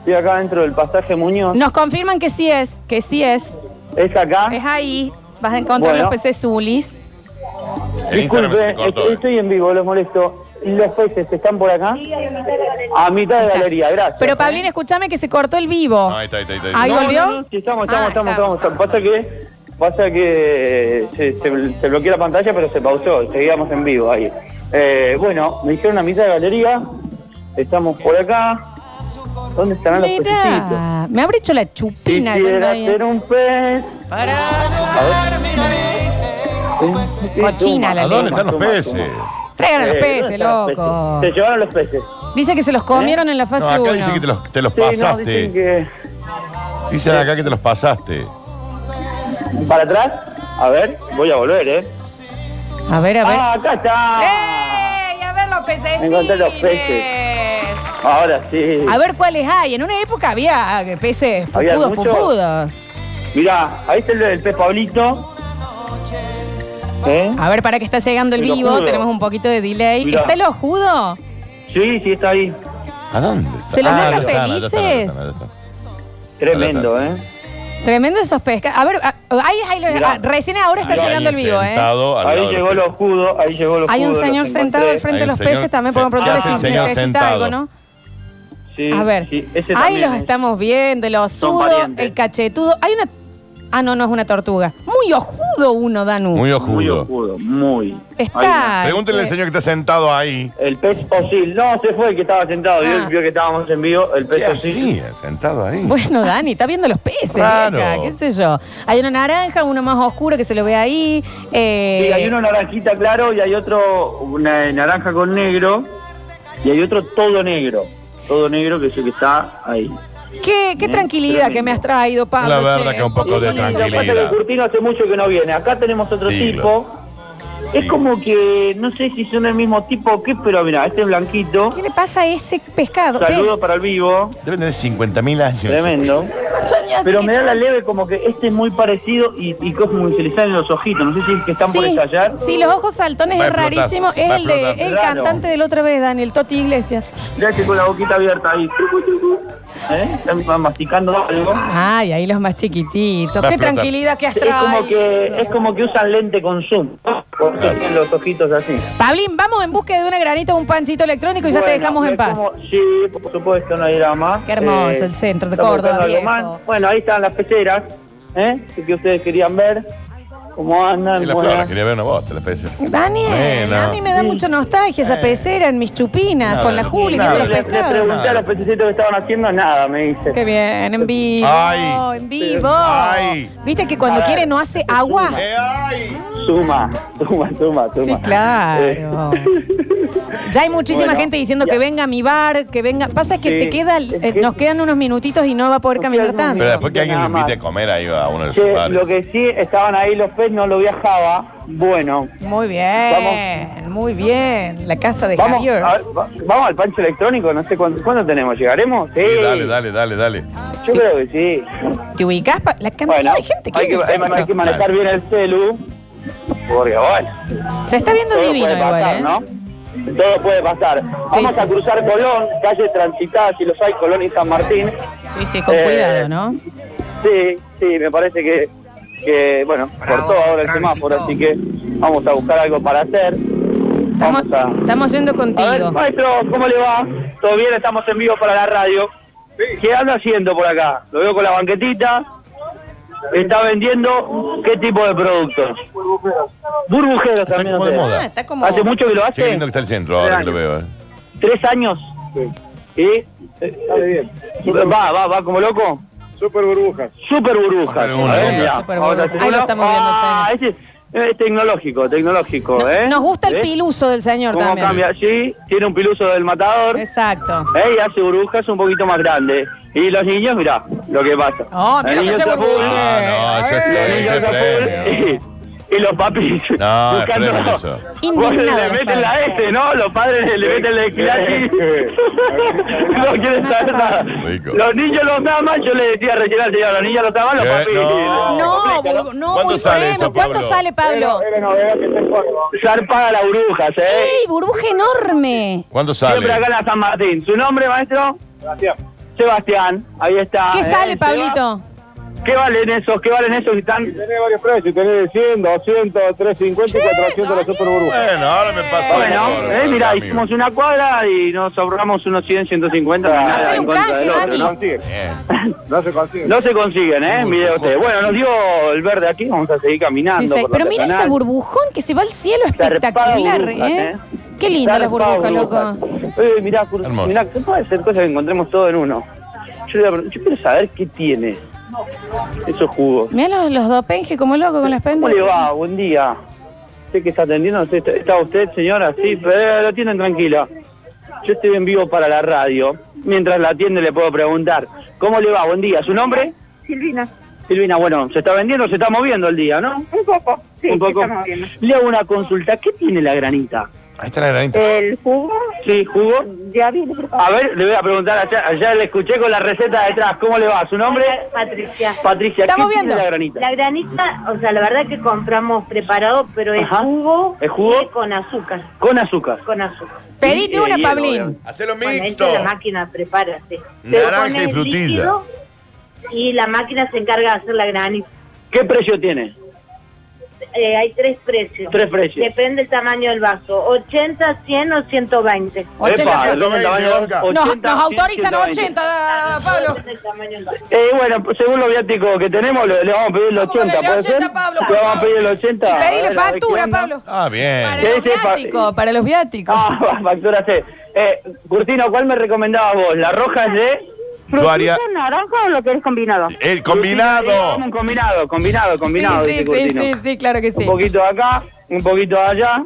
Speaker 3: Estoy acá dentro del pasaje Muñoz.
Speaker 1: Nos confirman que sí es, que sí es.
Speaker 3: Es acá.
Speaker 1: Es ahí. Vas a encontrar los
Speaker 3: Bueno.
Speaker 1: pecezulis.
Speaker 2: El Instagram se
Speaker 3: Disculpe,
Speaker 2: le cortó.
Speaker 3: estoy,
Speaker 2: eh.
Speaker 3: estoy en vivo, los molesto. ¿Los peces están por acá? A mitad de galería, gracias.
Speaker 1: Pero, Pablín, escúchame que se cortó el vivo.
Speaker 2: No, ahí está, ahí está, ahí
Speaker 1: Ahí
Speaker 2: está.
Speaker 3: No,
Speaker 1: volvió?
Speaker 3: no, no, sí, estamos,
Speaker 1: Ah,
Speaker 3: estamos, estamos,
Speaker 1: estamos.
Speaker 3: estamos, Pasa que, pasa que se, se- se bloqueó la pantalla, pero se pausó, seguíamos en vivo ahí. Eh, bueno, me dijeron a mitad de galería, estamos por acá. ¿Dónde estarán los pececitos?
Speaker 1: Mira, me habré hecho la chupina yendo
Speaker 3: Quisiera
Speaker 1: ahí.
Speaker 3: ser un pez.
Speaker 1: Cochina la
Speaker 2: ¿A dónde
Speaker 1: lengua.
Speaker 2: están los peces?
Speaker 1: Traigan a los
Speaker 3: Eh,
Speaker 1: peces,
Speaker 3: ¿dónde están los
Speaker 1: loco.
Speaker 3: peces? Se llevaron los peces.
Speaker 1: Dice que se los comieron en la fase 1.
Speaker 2: No, acá dice que te los, te los
Speaker 3: Sí, no, dicen
Speaker 2: pasaste.
Speaker 3: que...
Speaker 2: Dicen acá que te los pasaste.
Speaker 3: Para atrás. A ver, voy a volver, ¿eh?
Speaker 1: A ver, a ver. ¡Eh!
Speaker 3: Ah, acá está.
Speaker 1: ¡Ey! A ver los pececitos.
Speaker 3: Encontré los peces. Ahora sí.
Speaker 1: A ver cuáles hay. En una época había ah, peces
Speaker 3: Había
Speaker 1: pupudos,
Speaker 3: muchos.
Speaker 1: pupudos.
Speaker 3: Mirá, ahí está el del pez Pablito. ¿Eh?
Speaker 1: A ver, para que está llegando el
Speaker 3: El
Speaker 1: vivo,
Speaker 3: ojudo.
Speaker 1: tenemos un poquito de delay.
Speaker 3: Mirá.
Speaker 1: ¿Está el ojudo?
Speaker 3: Sí, sí, está ahí.
Speaker 2: ¿A dónde? está?
Speaker 1: ¿Se los
Speaker 2: Ah,
Speaker 1: manda
Speaker 2: ya están, ya están, ya
Speaker 1: felices?
Speaker 2: están, ya están.
Speaker 3: Tremendo, ¿eh?
Speaker 1: Tremendo esos pescas. A ver, ah, ahí, ahí lo-
Speaker 3: Mirá.
Speaker 1: ah, recién ahora está
Speaker 2: Hay
Speaker 1: llegando el
Speaker 2: alguien
Speaker 1: vivo, ¿eh?
Speaker 2: sentado al
Speaker 3: Ahí
Speaker 2: lado de
Speaker 3: llegó el
Speaker 2: peces.
Speaker 3: ojudo, ahí llegó el ojudo.
Speaker 1: Hay un
Speaker 3: los
Speaker 1: señor
Speaker 3: encontré.
Speaker 1: sentado al frente de
Speaker 2: Hay un
Speaker 1: los peces,
Speaker 2: señor
Speaker 1: también podemos
Speaker 2: sentado.
Speaker 1: preguntarle
Speaker 2: Ah,
Speaker 1: si
Speaker 2: sí, señor
Speaker 1: necesita
Speaker 2: sentado.
Speaker 1: algo, ¿no?
Speaker 3: Sí,
Speaker 1: A ver,
Speaker 3: sí, ese
Speaker 1: ahí
Speaker 3: también,
Speaker 1: los
Speaker 3: ¿eh?
Speaker 1: estamos viendo, el osudo,
Speaker 3: parientes.
Speaker 1: el cachetudo. Hay una... Ah, no, no es una tortuga. Muy ojudo uno, Danu.
Speaker 2: Muy
Speaker 3: Muy
Speaker 2: ojudo.
Speaker 3: ojudo, muy. Ahí va.
Speaker 1: Está.
Speaker 2: Pregúntele al
Speaker 1: che.
Speaker 2: señor que está sentado ahí.
Speaker 3: El pez Osil. No, se fue el que estaba sentado.
Speaker 1: Ah.
Speaker 3: Vio, vio que estábamos en vivo. El pez
Speaker 2: ¿Qué
Speaker 3: Osil.
Speaker 2: hacía sentado ahí?
Speaker 1: Bueno, Dani, está viendo los peces,
Speaker 2: Claro.
Speaker 1: vieja, qué sé yo. Hay uno naranja, uno más oscuro que se lo ve ahí. eh,
Speaker 3: Sí, hay uno naranjita claro y hay otro una de naranja con negro y hay otro todo negro. Todo negro que es el que está ahí.
Speaker 1: Qué, qué
Speaker 3: Mm,
Speaker 1: tranquilidad
Speaker 3: tremendo.
Speaker 1: que me has traído, Pablo.
Speaker 2: La verdad
Speaker 1: che.
Speaker 2: que un poco
Speaker 1: Qué bonito.
Speaker 2: de
Speaker 3: Lo que pasa es que
Speaker 2: tranquilidad.
Speaker 3: Curtino hace mucho que no viene. Acá tenemos otro
Speaker 2: Siglo.
Speaker 3: tipo. Es
Speaker 2: Siglo.
Speaker 3: como que, no sé si son el mismo tipo o qué, pero mira, este es blanquito.
Speaker 1: ¿Qué le pasa a ese pescado?
Speaker 3: Saludo para el vivo.
Speaker 2: Deben tener 50.000 años.
Speaker 3: Tremendo. Pero me da la leve como que este es muy parecido y, y como que se le salen los ojitos. No sé si es que están por
Speaker 1: sí,
Speaker 3: estallar.
Speaker 1: sí, los ojos saltones
Speaker 2: Va a
Speaker 1: es
Speaker 2: explotar,
Speaker 1: rarísimo.
Speaker 2: va
Speaker 1: Es
Speaker 2: a
Speaker 1: el, de,
Speaker 2: explotar.
Speaker 1: el
Speaker 3: Claro.
Speaker 1: cantante de la otra vez, Dani, el Toti Iglesias.
Speaker 3: Ya que con la boquita abierta ahí. ¿Eh? Están van masticando algo.
Speaker 1: Ay, ahí los más chiquititos.
Speaker 2: Va a
Speaker 1: Qué
Speaker 2: explotar.
Speaker 1: tranquilidad que has
Speaker 3: Es
Speaker 1: traído.
Speaker 3: como que, es como que usan lente con zoom. Porque
Speaker 2: Claro.
Speaker 3: tienen los ojitos así.
Speaker 1: Pablín, vamos en búsqueda de una granita o un panchito electrónico y ya te
Speaker 3: Bueno,
Speaker 1: dejamos en
Speaker 3: me
Speaker 1: paz.
Speaker 3: como- sí, por supuesto, no hay drama. Eh,
Speaker 1: Qué hermoso el centro de
Speaker 3: estamos
Speaker 1: Córdoba,
Speaker 3: buscando algo
Speaker 1: viejo.
Speaker 3: más. Bueno, ahí están las peceras, ¿eh? Que- que ustedes querían ver. ¿Cómo andan?
Speaker 2: Y la
Speaker 3: Buenas.
Speaker 2: flora, quería ver una bota, las peces.
Speaker 1: Daniel,
Speaker 2: Nena.
Speaker 1: a mí me da mucha nostalgia esa
Speaker 2: Eh.
Speaker 1: pecera en mis chupinas,
Speaker 2: Nada,
Speaker 1: con la
Speaker 2: no,
Speaker 1: Juli
Speaker 2: nada.
Speaker 1: viendo los
Speaker 3: le, le
Speaker 1: pescados.
Speaker 3: pregunté a los pececitos que estaban haciendo, nada, me dice.
Speaker 1: Qué bien, en vivo,
Speaker 2: Ay.
Speaker 1: en vivo.
Speaker 2: Ay.
Speaker 1: Viste que cuando
Speaker 3: A ver.
Speaker 1: quiere no hace agua.
Speaker 2: ¡Eh, ay!
Speaker 3: Suma, suma, suma, suma.
Speaker 1: Sí, claro. Ya hay muchísima
Speaker 3: Eh. Bueno,
Speaker 1: gente diciendo
Speaker 3: ya.
Speaker 1: que venga a mi bar, que venga. Pasa que
Speaker 3: Sí.
Speaker 1: te queda,
Speaker 3: Es
Speaker 1: eh,
Speaker 3: que-
Speaker 1: nos quedan unos minutitos y no va a poder
Speaker 3: Nos
Speaker 1: caminar
Speaker 3: quedan unos
Speaker 1: tanto.
Speaker 2: Pero después que alguien lo
Speaker 3: nada más.
Speaker 2: invite a comer ahí va a uno de los
Speaker 3: Che,
Speaker 2: bares.
Speaker 3: lo que sí, estaban ahí los pez, no lo viajaba. Bueno,
Speaker 1: Muy bien, muy bien. La casa de
Speaker 3: vamos,
Speaker 1: Javier.
Speaker 3: a ver, va- vamos al pancho electrónico, no sé cuándo, ¿cuándo tenemos, ¿llegaremos? Sí,
Speaker 2: Sí, Dale, dale, dale, dale.
Speaker 3: yo creo que sí.
Speaker 1: ¿Te ubicás? pa- La cantidad
Speaker 3: Bueno,
Speaker 1: de gente que
Speaker 3: hay
Speaker 1: hay
Speaker 3: que,
Speaker 1: en el
Speaker 3: hay-
Speaker 1: centro.
Speaker 3: hay que manejar bien el celu, porque bueno.
Speaker 1: Se está viendo
Speaker 3: Todo
Speaker 1: divino
Speaker 3: puede
Speaker 1: igual,
Speaker 3: pasar,
Speaker 1: ¿eh?
Speaker 3: ¿no? Todo puede pasar. Vamos
Speaker 1: sí,
Speaker 3: a cruzar Colón, calle transitada, si los hay, Colón y San Martín.
Speaker 1: Sí, sí, con
Speaker 3: Eh,
Speaker 1: cuidado, ¿no?
Speaker 3: Sí, sí, me parece que, que, bueno, cortó ahora el semáforo, así que vamos a buscar algo para hacer.
Speaker 1: Estamos,
Speaker 3: Vamos a...
Speaker 1: estamos yendo
Speaker 3: A ver,
Speaker 1: contigo.
Speaker 3: maestro, ¿cómo le va? ¿Todo bien? Estamos en vivo para la radio. ¿Qué anda haciendo por acá? Lo veo con la banquetita. Está vendiendo qué tipo de productos. Burbujeros
Speaker 2: Está
Speaker 3: también.
Speaker 2: como de
Speaker 3: usted.
Speaker 2: moda.
Speaker 1: Ah, está como.
Speaker 3: ¿Hace mucho que lo
Speaker 2: Sí, qué
Speaker 3: hace?
Speaker 2: lindo que está el centro ahora que lo veo. eh.
Speaker 3: ¿Tres años? Sí.
Speaker 5: bien.
Speaker 3: ¿Va, va, va como loco?
Speaker 5: Super burbujas.
Speaker 3: Super burbujas.
Speaker 2: Super burbujas.
Speaker 3: A ver, mirá.
Speaker 1: Super
Speaker 3: Vamos a
Speaker 1: burbujas.
Speaker 3: hacer
Speaker 1: Ahí lo
Speaker 3: uno.
Speaker 1: estamos viendo,
Speaker 3: Ah, ese es, eh, tecnológico, tecnológico, ¿eh?
Speaker 1: Nos gusta el
Speaker 3: ¿Eh?
Speaker 1: piluso del señor
Speaker 3: ¿Cómo
Speaker 1: también.
Speaker 3: cambia? Sí, tiene un piluso del matador.
Speaker 1: Exacto.
Speaker 3: ¿eh? Y hace burbujas un poquito más grandes. Y los niños, mirá, lo que pasa.
Speaker 1: Oh, mira
Speaker 3: El
Speaker 1: lo que
Speaker 3: niño
Speaker 1: se Eh.
Speaker 3: se
Speaker 1: burbuje.
Speaker 3: apura,
Speaker 2: Ah, no, eso es
Speaker 1: A ver.
Speaker 3: el niño
Speaker 2: Ese
Speaker 3: se apura,
Speaker 2: premio.
Speaker 3: Y, y los papis
Speaker 2: No, es
Speaker 3: buscando...
Speaker 2: premio eso.
Speaker 3: Vos
Speaker 1: Indignado
Speaker 3: le
Speaker 1: los
Speaker 3: meten la
Speaker 1: padres.
Speaker 3: S, ¿no? Los padres le meten la equilachi. no quieren saber nada.
Speaker 2: Rico.
Speaker 3: Los niños los aman, yo le decía recién al señor, los niños los aman, los
Speaker 2: Eh,
Speaker 3: papis.
Speaker 2: no.
Speaker 1: No, burbu- no,
Speaker 2: ¿Cuánto
Speaker 1: muy
Speaker 2: sale
Speaker 1: premio.
Speaker 2: eso,
Speaker 1: ¿Cuánto
Speaker 2: Pablo?
Speaker 1: sale, Pablo?
Speaker 3: Zarpada la bruja, ¿eh?
Speaker 1: ¡Ey, burbuja enorme!
Speaker 2: ¿Cuándo
Speaker 3: Siempre
Speaker 2: sale?
Speaker 3: acá en la San Martín. ¿Su nombre, maestro?
Speaker 5: Gracias.
Speaker 3: Sebastián, ahí está.
Speaker 1: ¿Qué
Speaker 3: ¿eh?
Speaker 1: sale, Pablito?
Speaker 3: Seba- ¿Qué valen esos? ¿Qué valen esos que están?
Speaker 5: Tenés varios precios, tenés de 100, 200,
Speaker 3: eh,
Speaker 5: 350 y 400 las super burbujas.
Speaker 2: Bueno, ahora me pasa.
Speaker 3: Bueno, eh, mirá, hicimos una cuadra y nos ahorramos unos 100, 150. nada,
Speaker 1: Hacer un
Speaker 3: en contra
Speaker 1: canje,
Speaker 3: del otro,
Speaker 1: Dani.
Speaker 3: ¿no?
Speaker 5: No se consigue.
Speaker 3: No se consiguen, ¿eh? Mire usted. Bueno, nos dio el verde aquí, vamos a seguir caminando.
Speaker 1: Sí, sí.
Speaker 3: por la
Speaker 1: Pero mira ese
Speaker 3: peatonal.
Speaker 1: burbujón que se va al cielo
Speaker 3: Zarpado
Speaker 1: espectacular,
Speaker 3: burbujas,
Speaker 1: ¿eh?
Speaker 3: ¿eh?
Speaker 1: Qué lindas las
Speaker 3: Zarpado
Speaker 1: burbujas,
Speaker 3: burbujas.
Speaker 1: loco.
Speaker 3: Eh, mirá, cur-
Speaker 2: Hermoso.
Speaker 3: mirá, ¿qué puede ser cosas que encontremos todo en uno? Yo, le voy a preguntar, yo quiero saber qué tiene esos jugos.
Speaker 1: Mira los, los dopenjes como loco con las
Speaker 3: ¿Cómo
Speaker 1: pendas.
Speaker 3: le va? Buen día. Sé que está atendiendo, no sé, ¿está- ¿está usted, señora? Sí, pero la atienden tranquila. Yo estoy en vivo para la radio. Mientras la atiende le puedo preguntar, ¿cómo le va? Buen día. ¿Su nombre?
Speaker 6: Silvina,
Speaker 3: Silvina, bueno, se está vendiendo, se está moviendo el día, ¿no?
Speaker 6: un poco. Sí,
Speaker 3: Un poco.
Speaker 6: estamos viendo.
Speaker 3: Le hago una consulta. ¿Qué tiene la granita?
Speaker 2: Ahí está la granita.
Speaker 6: El jugo
Speaker 3: Sí, jugo.
Speaker 6: ya viene preparado.
Speaker 3: A ver, le voy a preguntar allá, allá le escuché con la receta detrás. ¿Cómo le va? ¿Su nombre?
Speaker 6: Patricia.
Speaker 3: Patricia,
Speaker 1: Estamos
Speaker 3: ¿qué tiene
Speaker 1: viendo.
Speaker 3: la granita?
Speaker 6: La granita, o sea, la verdad que compramos preparado, pero es
Speaker 3: Ajá.
Speaker 6: jugo,
Speaker 3: ¿Es jugo?
Speaker 6: con azúcar,
Speaker 3: Con azúcar.
Speaker 6: con azúcar.
Speaker 1: Pedite
Speaker 3: Y, eh,
Speaker 1: una,
Speaker 3: hielo,
Speaker 1: Pablín.
Speaker 3: obviamente.
Speaker 2: Hacelo
Speaker 6: Bueno,
Speaker 2: mixto.
Speaker 6: eso la máquina prepara, sí.
Speaker 2: Naranja
Speaker 6: Se pone
Speaker 2: y
Speaker 6: el
Speaker 2: frutilla.
Speaker 6: líquido Y la máquina se encarga de hacer la granita.
Speaker 3: ¿Qué precio tiene?
Speaker 6: Eh, hay tres precios.
Speaker 3: Tres precios.
Speaker 6: Depende el tamaño del vaso. 80, 100 o 120.
Speaker 1: Ochenta,
Speaker 3: Epa,
Speaker 1: cien-
Speaker 3: el hombre tamaño
Speaker 2: Nos-
Speaker 1: Nos,
Speaker 3: 80,
Speaker 1: nos autorizan
Speaker 3: 120.
Speaker 1: 80, Pablo.
Speaker 6: Depende del tamaño del vaso.
Speaker 3: Eh, bueno, según los viáticos que tenemos, le, le vamos a pedir el
Speaker 1: Vamos con
Speaker 3: 80,
Speaker 1: el de
Speaker 3: ¿puede
Speaker 1: 80,
Speaker 3: ser?
Speaker 1: Pablo,
Speaker 3: le
Speaker 1: por
Speaker 3: vamos a
Speaker 1: favor.
Speaker 3: pedir el 80.
Speaker 1: Y
Speaker 3: a ver, a
Speaker 1: pedile
Speaker 3: ver qué
Speaker 1: factura,
Speaker 3: onda.
Speaker 1: Pablo.
Speaker 2: Ah,
Speaker 1: Para
Speaker 2: bien.
Speaker 1: los
Speaker 3: ¿Qué dice, Pablo?
Speaker 1: viáticos, para los viáticos.
Speaker 3: Ah, factura C. Eh, Curtino, ¿cuál me recomendabas vos? ¿La roja es de...?
Speaker 2: Yo haría
Speaker 6: naranja o lo querés combinado?
Speaker 2: el
Speaker 3: Curtino,
Speaker 2: combinado.
Speaker 3: Un combinado, combinado,
Speaker 1: Sí,
Speaker 3: combinado.
Speaker 1: sí,
Speaker 3: dice
Speaker 1: sí,
Speaker 3: Curtino.
Speaker 1: sí, sí, claro que sí.
Speaker 3: Un poquito acá, un poquito allá.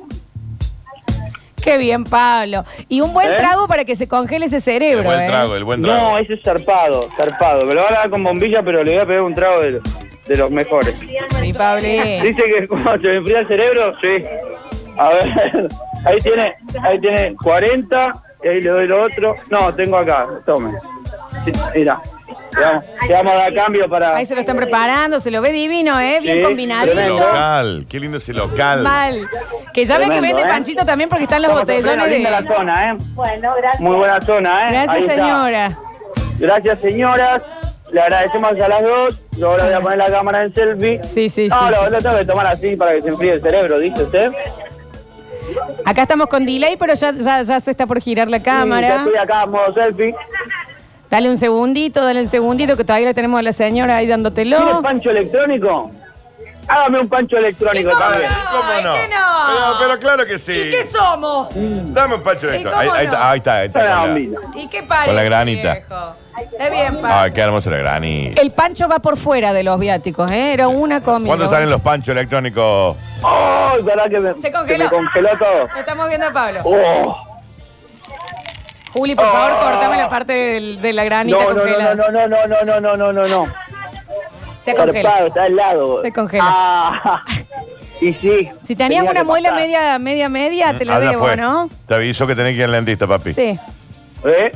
Speaker 1: Qué bien, Pablo. Y un buen
Speaker 3: ¿Eh?
Speaker 1: trago para que se congele ese
Speaker 2: El
Speaker 1: cerebro.
Speaker 2: buen
Speaker 1: ¿eh?
Speaker 2: trago, el buen
Speaker 3: No,
Speaker 2: trago.
Speaker 3: ese es zarpado, zarpado. Me lo van a dar con bombilla, pero le voy a pegar un trago de, de los mejores.
Speaker 1: Sí, Pablo.
Speaker 3: Dice que cuando se me enfría el cerebro, sí. A ver, ahí tiene, ahí tiene 40, y ahí le doy lo otro. No, tengo acá, tome. Sí, Mira, le vamos, le vamos a dar cambio para...
Speaker 1: Ahí se lo están preparando, se lo ve divino, ¿eh? Bien
Speaker 3: Sí,
Speaker 2: Qué lindo
Speaker 1: combinadito.
Speaker 2: local. Qué lindo ese local.
Speaker 1: Mal. Que ya ve que
Speaker 3: Tremendo,
Speaker 1: vende
Speaker 3: ¿eh?
Speaker 1: Panchito también porque están los
Speaker 3: Estamos
Speaker 1: botellones
Speaker 3: en
Speaker 1: de.
Speaker 3: linda la zona, ¿eh?
Speaker 6: Bueno, gracias.
Speaker 3: Muy buena zona, ¿eh? Ahí
Speaker 1: Gracias,
Speaker 3: está.
Speaker 1: señora.
Speaker 3: Gracias, señoras. Le agradecemos a las dos. Yo ahora voy a poner la cámara en selfie.
Speaker 1: Sí, sí,
Speaker 3: No,
Speaker 1: sí,
Speaker 3: lo,
Speaker 1: sí.
Speaker 3: lo tengo que tomar así para que se enfríe el cerebro, dice usted.
Speaker 1: Acá estamos con delay, pero ya, ya, ya se está por girar la
Speaker 3: Y ya
Speaker 1: cámara.
Speaker 3: estoy acá en modo selfie.
Speaker 1: Dale un segundito, dale un segundito, que todavía lo tenemos a la señora ahí
Speaker 3: ¿Tiene
Speaker 1: dándotelo.
Speaker 3: pancho electrónico? Hágame un pancho electrónico
Speaker 7: ¿Qué
Speaker 3: también.
Speaker 7: cobra?
Speaker 2: ¿Cómo
Speaker 7: Ay,
Speaker 2: no?
Speaker 7: que no.
Speaker 2: Pero, pero claro que sí.
Speaker 7: ¿Y qué somos?
Speaker 2: Dame un pacho de
Speaker 7: ¿Y
Speaker 2: esto.
Speaker 7: cómo
Speaker 2: Ahí, ahí
Speaker 7: no?
Speaker 2: está, ahí está. Ahí está,
Speaker 3: Ah,
Speaker 2: con la-
Speaker 3: mira.
Speaker 7: ¿Y qué parece,
Speaker 2: Con la granita.
Speaker 7: viejo? Está bien,
Speaker 2: Ay,
Speaker 7: padre.
Speaker 2: qué hermoso la granita.
Speaker 1: El pancho va por fuera de los viáticos, ¿eh? Era una comida.
Speaker 2: ¿Cuándo salen los panchos electrónicos?
Speaker 3: ¡Oh! ¿Verdad que me,
Speaker 7: Se congeló.
Speaker 3: que me congeló todo?
Speaker 7: Lo Estamos viendo a Pablo.
Speaker 3: ¡Oh!
Speaker 1: Juli, por favor, cortame la parte del- de la granita
Speaker 3: No, no,
Speaker 1: congelada.
Speaker 3: no, no, no, no, no, no, no, no, no, no.
Speaker 1: Se congela.
Speaker 3: Zarpado, está al lado.
Speaker 1: Se congela.
Speaker 3: Ah, y sí.
Speaker 1: Si tenías
Speaker 3: tenía
Speaker 1: una
Speaker 3: que
Speaker 1: muela
Speaker 3: pasar.
Speaker 1: media, media, media, te la
Speaker 2: Allá
Speaker 1: debo,
Speaker 2: fue.
Speaker 1: ¿no?
Speaker 2: Te aviso que tenés que ir al dentista, papi.
Speaker 1: Sí.
Speaker 3: ¿Eh?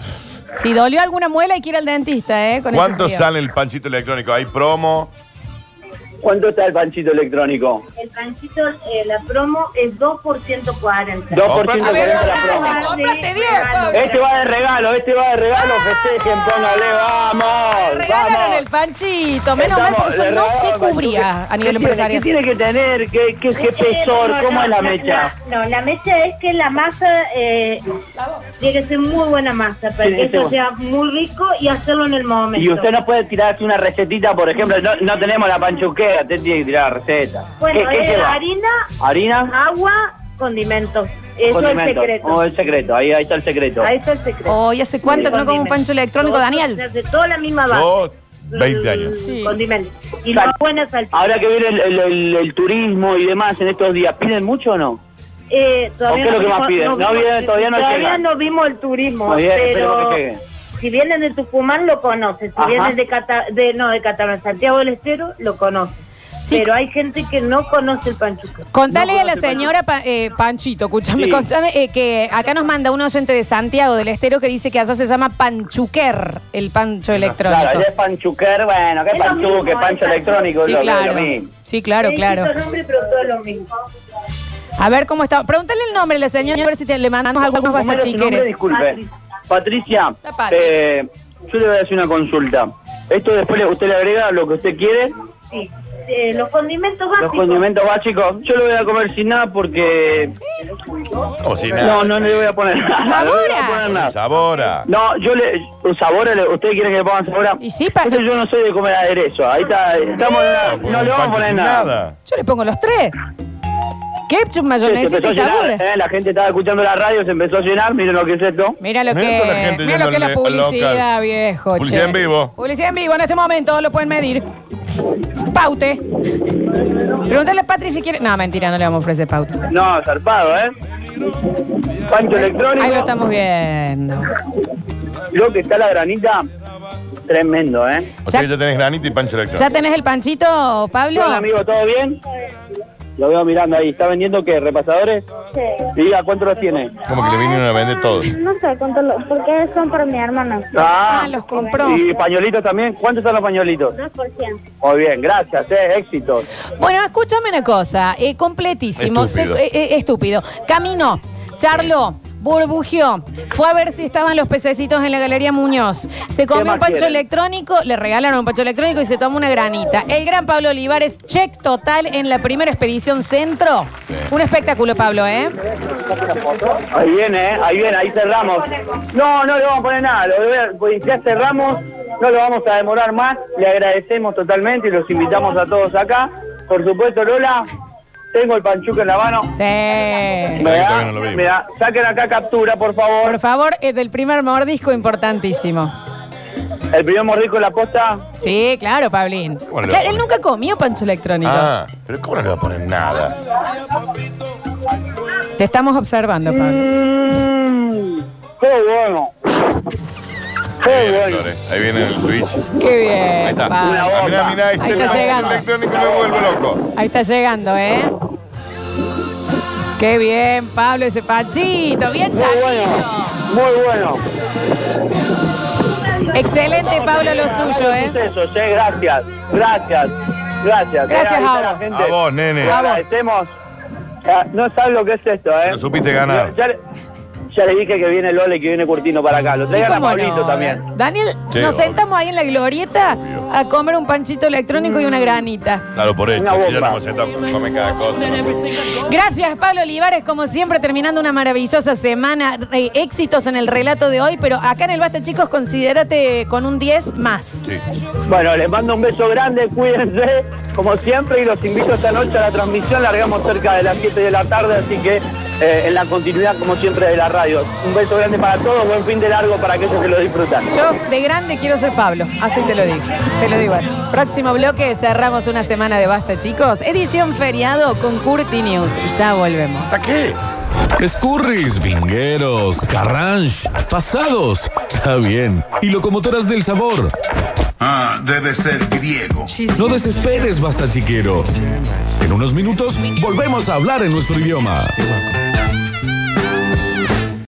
Speaker 1: Si dolió alguna muela, hay que ir al dentista, ¿eh? Con ese
Speaker 2: ¿Cuánto
Speaker 1: frío.
Speaker 2: sale el panchito electrónico? ¿Hay promo?
Speaker 3: ¿Cuánto está el panchito electrónico?
Speaker 6: El panchito, eh, la promo es 2 por 140.
Speaker 3: Dos por
Speaker 2: Cómprate.
Speaker 3: ciento
Speaker 7: A ver,
Speaker 3: cuarenta la
Speaker 7: dale,
Speaker 3: promo.
Speaker 7: dale. cómprate diez, Pablo.
Speaker 3: Este va de regalo, este va de regalo, festejen, póngale,
Speaker 7: Le
Speaker 3: vamos,
Speaker 7: regalaron
Speaker 3: vamos.
Speaker 1: El panchito, menos
Speaker 3: Estamos-
Speaker 1: mal, porque eso
Speaker 3: le
Speaker 1: no
Speaker 3: regalaron
Speaker 1: se
Speaker 3: el panchito.
Speaker 1: cubría a nivel
Speaker 3: ¿Qué tiene, ¿Qué
Speaker 1: empresarial.
Speaker 3: tiene que tener? ¿Qué, qué, qué
Speaker 6: No,
Speaker 3: espesor?
Speaker 6: no,
Speaker 3: ¿Cómo es la
Speaker 6: no,
Speaker 3: mecha?
Speaker 6: No, la mecha es que la masa eh, tiene que ser muy buena masa para
Speaker 3: Tiene
Speaker 6: que
Speaker 3: que ser
Speaker 6: eso sea muy rico y hacerlo en el momento.
Speaker 3: este Y usted no puede tirarse una recetita, por ejemplo, no, no tenemos la panchuquera, usted tiene que tirar receta.
Speaker 6: Bueno,
Speaker 3: ¿Qué, qué
Speaker 6: es
Speaker 3: lleva?
Speaker 6: harina,
Speaker 3: ¿Harina?
Speaker 6: agua, condimentos. Eso es el
Speaker 3: condimentos.
Speaker 6: secreto.
Speaker 3: Oh, el secreto, ahí, ahí está el secreto.
Speaker 6: Ahí está el secreto.
Speaker 1: Oh, ¿y hace cuánto que no como un pancho electrónico,
Speaker 6: Todo Se
Speaker 1: Daniel?
Speaker 6: hace toda la misma base.
Speaker 2: Yo, 20 años.
Speaker 1: Sí.
Speaker 6: Condimento. Y las buenas salchichas.
Speaker 3: Ahora que viene el, el- el- el turismo y demás en estos días, ¿piden mucho o no?
Speaker 6: Eh,
Speaker 3: ¿O qué es lo que más
Speaker 6: vimos-
Speaker 3: piden? No viene- todavía no llegan.
Speaker 6: no vimos el turismo,
Speaker 3: Muy bien, esperemos
Speaker 6: pero
Speaker 3: que lleguen.
Speaker 6: si vienes de Tucumán lo conoces, si
Speaker 3: Ajá.
Speaker 6: vienes de, Cata, de no de Catalán, Santiago del Estero lo conoces.
Speaker 1: Sí.
Speaker 6: Pero hay gente que no conoce el panchuco.
Speaker 1: Contale
Speaker 3: No,
Speaker 1: a la
Speaker 3: conoce
Speaker 1: señora Pa- eh, Panchito, escúchame,
Speaker 3: Sí.
Speaker 1: contame eh, que acá nos manda un oyente de Santiago del Estero que dice que allá se llama panchuquer, el pancho electrónico.
Speaker 3: Claro, ya es panchuquer, bueno, qué
Speaker 6: Es lo mismo,
Speaker 3: panchuque,
Speaker 6: es
Speaker 3: pancho
Speaker 6: pan-
Speaker 3: electrónico,
Speaker 1: sí,
Speaker 3: es lo-
Speaker 1: claro.
Speaker 3: lo mismo.
Speaker 1: Sí, claro, claro.
Speaker 6: nombre, pero todo lo mismo.
Speaker 1: A ver cómo está. Pregúntale el nombre a la señora a ver si te- le mandamos algunos
Speaker 3: ¿Cómo era su nombre?
Speaker 1: bastachiqueres.
Speaker 3: Disculpe. Patricia,
Speaker 1: este La Patri.
Speaker 3: eh, yo le voy a hacer una consulta. Esto después le- usted le agrega lo que usted quiere,
Speaker 6: Sí. Eh, los condimentos básicos.
Speaker 3: los condimentos básicos. Yo lo voy a comer sin nada porque...
Speaker 2: Como si
Speaker 3: No,
Speaker 2: nada.
Speaker 3: no le voy a poner nada. No le voy a poner
Speaker 2: Con el
Speaker 3: nada.
Speaker 2: Sabora.
Speaker 3: No, yo le... ¿Sabora? le- ¿Usted quiere que le pongan sabora?
Speaker 1: Y sí, pa-
Speaker 3: Porque Yo no soy de comer aderezo. Ahí está. Estamos en la- No
Speaker 2: Un
Speaker 3: le vamos a
Speaker 2: pancho
Speaker 3: poner
Speaker 2: sin
Speaker 3: nada.
Speaker 1: Yo le pongo los tres. Ketchup,
Speaker 3: Se empezó
Speaker 1: mayonesa
Speaker 3: a
Speaker 1: y
Speaker 3: llenar,
Speaker 1: sabor.
Speaker 3: eh, la gente estaba escuchando la radio, se empezó a llenar, miren lo que es esto.
Speaker 1: Mira lo que,
Speaker 2: Mira toda la gente
Speaker 1: mira lo que es la
Speaker 2: yéndole al
Speaker 1: publicidad,
Speaker 2: local.
Speaker 1: viejo.
Speaker 2: Publicidad
Speaker 1: che.
Speaker 2: en vivo.
Speaker 1: Publicidad en vivo en este momento, lo pueden medir. Paute. Pregúntale a Patri si quiere. No, mentira, no le vamos a ofrecer paute.
Speaker 3: No, zarpado, ¿eh? Pancho electrónico.
Speaker 1: Ahí lo estamos viendo.
Speaker 3: Lo que está la granita, tremendo, ¿eh?
Speaker 2: O sea
Speaker 1: Ya-
Speaker 2: que ya tenés granita y pancho electrónico.
Speaker 1: ¿Ya tenés el panchito, Pablo?
Speaker 3: Hola, amigo, ¿todo bien? Lo veo mirando ahí. ¿Está vendiendo qué? ¿Repasadores? Sí. ¿a cuánto los tiene?
Speaker 2: Como que le vinieron a vender todo.
Speaker 8: No sé, cuánto porque son para mi hermana.
Speaker 1: Ah, los compró.
Speaker 3: ¿Y pañuelitos también? ¿Cuántos son los pañuelitos?
Speaker 8: 2%.
Speaker 3: Muy bien, gracias, ¿eh? Éxitos.
Speaker 1: Bueno, escúchame una cosa, eh, completísimo,
Speaker 2: Estúpido.
Speaker 1: Se- eh, eh, estúpido. Caminó, charló, burbujeó, fue a ver si estaban los pececitos en la Galería Muñoz, se comió
Speaker 3: más
Speaker 1: un pancho
Speaker 3: quieren?
Speaker 1: electrónico, le regalaron un pancho electrónico y se tomó una granita. El gran Pablo Olivares, check total en la primera expedición centro. Un espectáculo, Pablo, ¿eh?
Speaker 3: Ahí viene, ¿eh? Ahí viene, ahí cerramos. No, no le vamos a poner nada. lo voy a- pues ya cerramos, no lo vamos a demorar más. Le agradecemos totalmente y los invitamos a todos acá. Por supuesto, Lola, tengo el panchuco en la mano.
Speaker 1: Sí.
Speaker 3: Me
Speaker 2: Ahí
Speaker 3: da,
Speaker 2: todavía no lo vimos.
Speaker 3: me da. Saquen acá captura, por favor.
Speaker 1: Por favor, eh, del primer mordisco importantísimo.
Speaker 3: El primer mordisco de la posta.
Speaker 1: Sí, claro, Pablín.
Speaker 2: Bueno,
Speaker 1: Claro,
Speaker 2: bueno.
Speaker 1: él nunca comió pancho electrónico.
Speaker 2: Ah, pero ¿cómo no le va a poner nada?
Speaker 1: Te estamos observando, Pablo.
Speaker 3: Mm, qué bueno.
Speaker 2: Ahí
Speaker 3: Qué
Speaker 2: viene,
Speaker 3: bueno.
Speaker 2: Flores. Ahí viene el Twitch.
Speaker 1: Qué
Speaker 2: Ahí
Speaker 1: bien.
Speaker 2: está.
Speaker 1: Pablo.
Speaker 3: Una bomba.
Speaker 2: Mirá, mirá, este
Speaker 1: Ahí está
Speaker 2: pancho
Speaker 1: llegando.
Speaker 2: electrónico me vuelve loco.
Speaker 1: Ahí está llegando, ¿eh? Qué bien, Pablo, ese pachito. Bien,
Speaker 3: Muy
Speaker 1: Charlito.
Speaker 3: bueno. Muy bueno.
Speaker 1: Excelente, Pablo, lo suyo, ¿eh?
Speaker 3: Eso, gracias. Gracias. Gracias.
Speaker 1: Gracias
Speaker 3: Ahí está
Speaker 1: a
Speaker 3: la
Speaker 1: vos.
Speaker 3: gente.
Speaker 2: A vos, nene.
Speaker 1: A vos.
Speaker 3: agradecemos. Ah, No sabes lo que es esto, ¿eh?
Speaker 2: No supiste ganar.
Speaker 3: Ya, ya le- Ya le dije que viene Lola y que viene Curtino para acá. Lo
Speaker 1: Sí,
Speaker 3: traigan a
Speaker 1: cómo
Speaker 3: Pablito
Speaker 1: no. ¿eh?
Speaker 3: también.
Speaker 1: Daniel,
Speaker 2: Sí,
Speaker 1: nos
Speaker 2: obvio.
Speaker 1: sentamos ahí en la glorieta
Speaker 2: Obvio.
Speaker 1: a comer un panchito electrónico y una
Speaker 3: Mm.
Speaker 1: granita.
Speaker 2: Claro, por
Speaker 3: Una
Speaker 2: eso. Si ya
Speaker 3: bomba.
Speaker 2: no hemos sentado con comer cada cosa. nosotros.
Speaker 1: Gracias, Pablo Olivares, como siempre, terminando una maravillosa semana. Eh, éxitos en el relato de hoy, pero acá en el Basta, chicos, considérate con un 10 más.
Speaker 2: Sí.
Speaker 3: Bueno, les mando un beso grande, cuídense, como siempre, y los invito esta noche a la transmisión. Largamos cerca de las 7 de la tarde, así que eh, en la continuidad, como siempre, de la radio. Un beso grande para todos, buen fin de largo para aquellos que lo disfrutan.
Speaker 1: Yo de grande quiero ser Pablo, así te lo digo. Te lo digo así. Próximo bloque, cerramos una semana de Basta, chicos. Edición feriado con Curti News. Ya volvemos.
Speaker 9: Escurris, vingueros, carranche, pasados. Está bien. Y locomotoras del sabor.
Speaker 10: Ah, debe ser griego.
Speaker 9: No desesperes, basta chiquero. En unos minutos volvemos a hablar en nuestro idioma.